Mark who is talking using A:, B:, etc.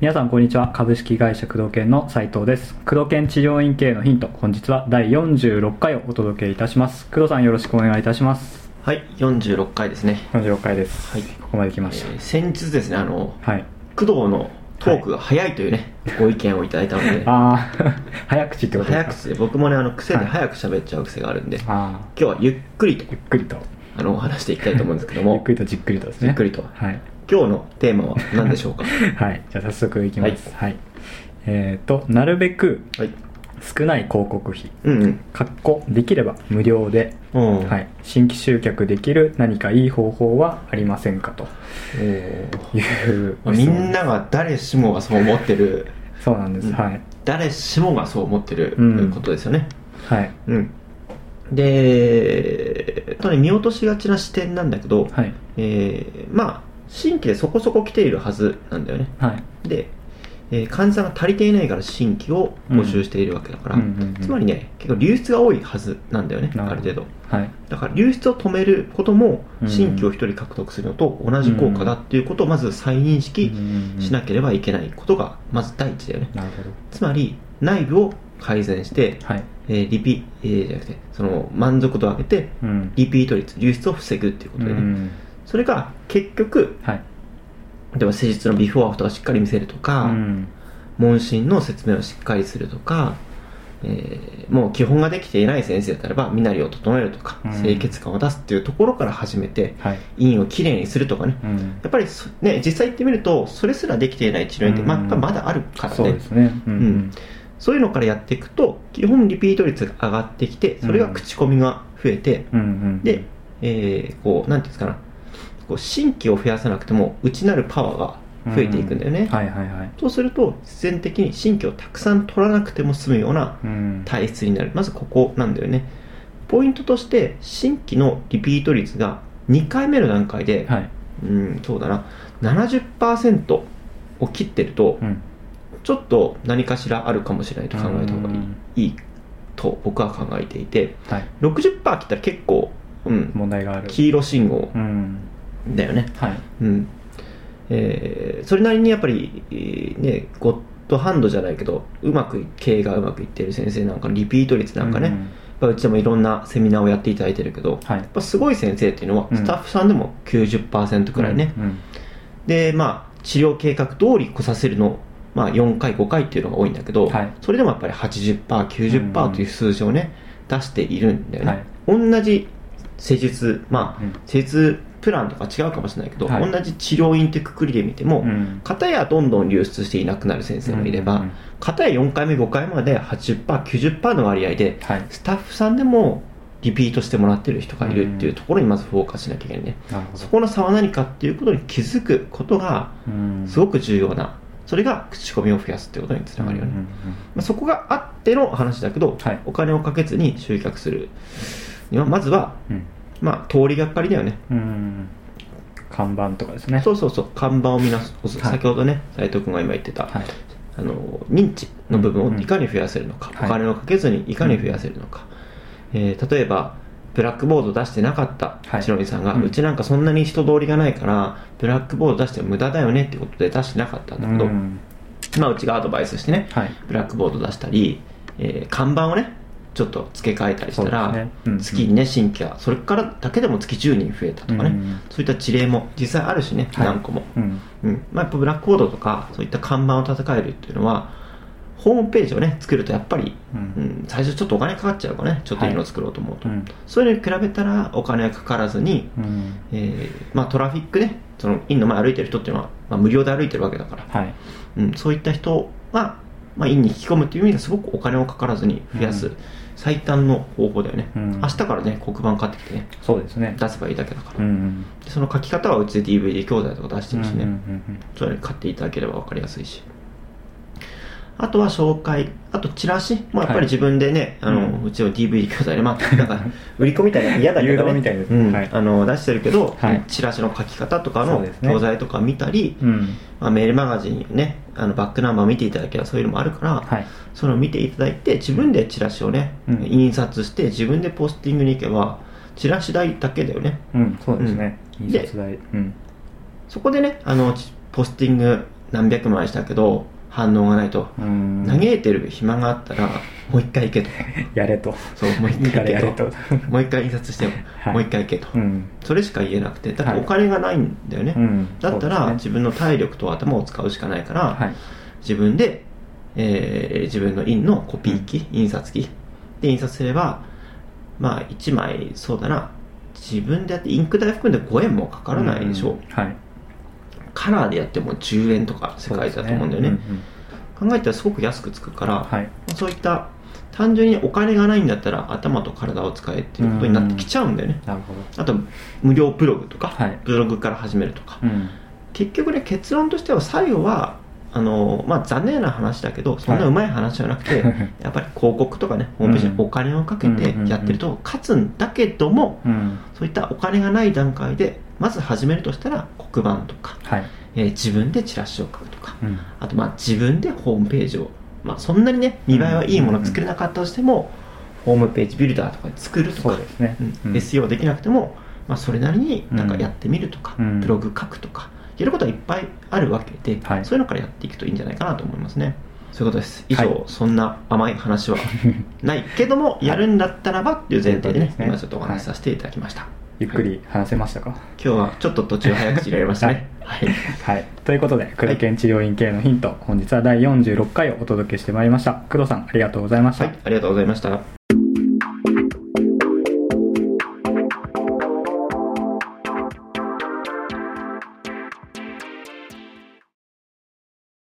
A: 皆さんこんにちは株式会社工藤研の斉藤です工藤研治療院経営のヒント本日は第46回をお届けいたします工藤さんよろしくお願いいたします
B: はい、46回ですね。
A: 46回です、
B: はい
A: ここまで来まし
B: えー先日ですね、あの、
A: たはい
B: 工藤のトークが早いというね、ご意見をいただいたので、
A: ああ早口ってことです
B: 早
A: か
B: 口で、僕もね、あの、癖
A: は
B: で
A: い
B: 早く喋っちゃう癖があるんで、今
A: あ
B: 日はゆっくりと
A: あ、ゆっくりと
B: あの、お話していきたいと思うんですけど
A: ゆっ
B: も
A: く、りとじっくりとですね
B: ゆっくりと
A: はい
B: 今日のテーマは何でし ょうか
A: はいじゃあ早速いきますはい、えっ、となるべく
B: はい。
A: 少ない広告費
B: うん
A: かっこできれば無料で、
B: うん。うん。
A: はい、新規集客できる何かいい方法はありませんかと
B: えー
A: いう
B: まあみんなが誰しもがそう思ってる、
A: そうなんです、
B: うん
A: はい
B: 誰しもがそう思ってる
A: うん
B: ことですよね。
A: はい
B: うん。で、えっとね、見落としがちな視点なんだけど、
A: はい
B: えーまあ新規でそこそこ来ているはずなんだよね
A: はい
B: で、えー患者さんが足りていないから新規を募集しているわけだから、
A: うんうんうんうん
B: つまりね結構流出が多いはずなんだよね
A: なるほど
B: ある程度
A: はい
B: だから流出を止めることも
A: うん
B: 新規を1人獲得するのと同じ効果だっていうことをまず再認識しな
A: き
B: ければいけないことがまず第一だよね
A: ゃなるほど
B: つまり内部を改善して、
A: はい
B: えーリピ、えーじゃなくてその満足度を上げて
A: うん
B: リピート率流出を防ぐっていうこ
A: う
B: とでね、
A: ん
B: それが結局
A: はい
B: 例えば施術のビフォーアフターをしっかり見せるとか、
A: うん
B: 問診の説明をしっかりするとか、えーもう基本ができていない先生だったらば身なりを整えるとか、
A: うん
B: 清潔感を出すっていうところから始めて
A: はい
B: 院をきれいにするとかね
A: うん
B: やっぱりそね実際行ってみるとそれすらできていない治療院ってまあ
A: うん
B: やっぱまだあるから
A: そう
B: ね
A: ですねうん
B: うんそういうのからやっていくと基本リピート率が上がってきてそれが口コミが増えて、
A: うんうん
B: で、えーこうなんていうんですかなこう新規を増やさなくても内なるパワーが増えていくんだよね、
A: うんはいはいはい
B: そうすると必然的に新規をたくさん取らなくても済むような
A: うん
B: 体質になるまずここなんだよねポイントとして新規のリピート率が2回目の段階で、
A: はい
B: うんそうだな70%を切ってると
A: うん
B: ちょっと何かしらあるかもしれないと考えた方がいい,、
A: うん
B: いいと僕は考えていて
A: はい
B: 60%切ったら結構、うん、
A: 問題がある
B: 黄色信号
A: うん
B: だよね
A: はい
B: うんえーそれなりにやっぱり、えーね、ゴッドハンドじゃないけどうまく経営がうまくいってる先生なんかのリピート率なんかね、
A: う
B: うまあうちでもいろんなセミナーをやっていただいてるけどやっ
A: はい
B: ぱすごい先生っていうのは
A: うん
B: スタッフさんでも90%くらいね、
A: うんうん
B: でまあ治療計画通り来させるの、まあ、4回5回っていうのが多いんだけど、
A: はい
B: それでもやっぱり 80%90% という数字をね、出しているんだよね、
A: はい
B: 同じ施術まあ、
A: うん
B: 施術プランとか違うかもしれないけど、
A: はい
B: 同じ治療院ってくくりで見ても、
A: うん
B: 片やどんどん流出していなくなる先生もいれば、
A: うんうんうん
B: 片や4回目5回目まで 80%90% の割合で
A: はい
B: スタッフさんでもリピートしてもらってる人がいるっていうところにまずフォーカスしなきゃいけないね、
A: なるほど
B: そこの差は何かっていうことに気づくことが
A: うん
B: すごく重要なそれが口コミを増やすっていうことにつながるよね、
A: うんうん
B: まあ、そこがあっての話だけど、
A: はい
B: お金をかけずに集客するにはまずは、
A: うん
B: まあ、通りがかりだよね
A: うんうん看板とかですね
B: そうそうそう看板を見直す、
A: はい
B: 先ほどね斉藤君が今言ってた、
A: はい
B: あの認知の部分
A: うんう
B: を
A: ん
B: いかに増やせるのか、
A: はい
B: お金をかけずにいかに増やせるのか、えー例えばブラックボード出してなかった
A: はい
B: 白見さんが、
A: うん
B: うちなんかそんなに人通りがないからブラックボード出しても無駄だよねってことで出してなかったんだけど、
A: うん
B: まあ、うちがアドバイスしてね
A: はい
B: ブラックボード出したり、えー看板をねちょっと付け替えたりしたら、
A: そうですねうんうん
B: 月にね新規がそれからだけでも月10人増えたとかね、
A: うん
B: そういった事例も実際あるしね、
A: はい
B: 何個も、
A: うん
B: うんまあ、やっぱブラックボードとかそういった看板を叩かれるっていうのはホームページをね作るとやっぱり、
A: う
B: うんん、最初ちょっとお金かかっちゃうからねちょっといいのを作ろうと思うと、
A: うん
B: それに比べたらお金がかからずに、
A: うん
B: えーまあ、トラフィックねその院の前歩いてる人っていうのは、まあ、無料で歩いてるわけだから、
A: はい
B: うん、そういった人は、まあ、院に引き込むっていう意味ですごくお金をかからずに増やす、
A: うん
B: 最短の方法だよね、
A: うん
B: 明日からね黒板買ってきてね
A: そうですね
B: 出せばいいだけだから、
A: うんうん
B: でその書き方はうちで DVD 教材とか出してるしね、
A: うんうん
B: それ買っていただければ分かりやすいしあとは紹介あとチラシもやっ
A: はい
B: ぱり自分でね、あ
A: う
B: の
A: ん
B: うちの DVD 教材でまあなん か売り子みたいな嫌だけど、ね、
A: 誘導みたいです
B: うん
A: はい
B: あの出してるけど、
A: はい
B: チラシの書き方とか
A: そう
B: の
A: ですね
B: 教材とか見たり、
A: うんうん
B: まあ、メールマガジンねあのバックナンバー見ていただければそういうのもあるから、
A: はい
B: それを見ていただいて自分でチラシをね、
A: うん
B: 印刷して自分でポスティングに行けばチラシ代だけだよね
A: うんそうですね、
B: うん
A: 印刷代うん
B: そこでねあのちポスティング何百枚したけど反応がないと、
A: うん
B: 嘆いてる暇があったらもう一回行けと
A: やれと
B: そうもう一
A: いいか
B: 回
A: らやれ
B: 行け
A: と
B: ともう一回印刷してよ、
A: はい
B: もう一回行けと、
A: うん
B: それしか言えなくてだって
A: はい
B: お金がないんだよね、
A: うん
B: だったら、
A: そうですね
B: 自分の体力と頭を使うしかないから、
A: はい
B: 自分で、えー自分の印のコピー機、印刷機で印刷すれば、まあ、1枚、そうだな、自分でやって、インク代含んで5円もかからないでしょ、
A: うんはい
B: カラーでやっても10円とか世界だと思うんだよね。
A: そです
B: 考えたらすごく安くつくから、
A: うんはい
B: そういった単純にお金がないんだったら頭と体を使えっていうことになってきちゃうんだよね。
A: なるほど
B: あと、無料ブログとか、
A: はい
B: ブログから始めるとか。
A: うん
B: 結局ね結論としては最後はあのまあ残念な話だけどそんなうまい話じゃなくて、 やっぱり広告とかねホームページにお金をかけてやってると勝つんだけども
A: うん
B: そういったお金がない段階でまず始めるとしたら黒板とか、
A: はい
B: えー自分でチラシを書くとか
A: うん
B: あとまあ自分でホームページを、まあ、そんなにね見栄えはいいものを作れなかったとしても、ホームページビルダーとかで作ると
A: そ
B: か
A: うですね
B: うん
A: うん
B: SEO できなくても、まあ、それなりになんかやってみるとか、
A: うん
B: ブログ書くとかやることはいっぱいあるわけで、
A: はい
B: そういうのからやっていくといいんじゃないかなと思いますねそういうことです以上、
A: はい
B: そんな甘い話はない けどもやるんだったらばっていう前提
A: というこ
B: で
A: と
B: ね
A: ですね
B: 今ちょっとお話しさせていただきました、
A: ゆっくり話せましたか
B: 今日はちょっと途中早口入れましたねはい
A: はいということで黒犬治療院系のヒント本日は第46回をお届けしてまいりました黒さんありがとうございまし
B: は
A: た
B: い、ありがとうございました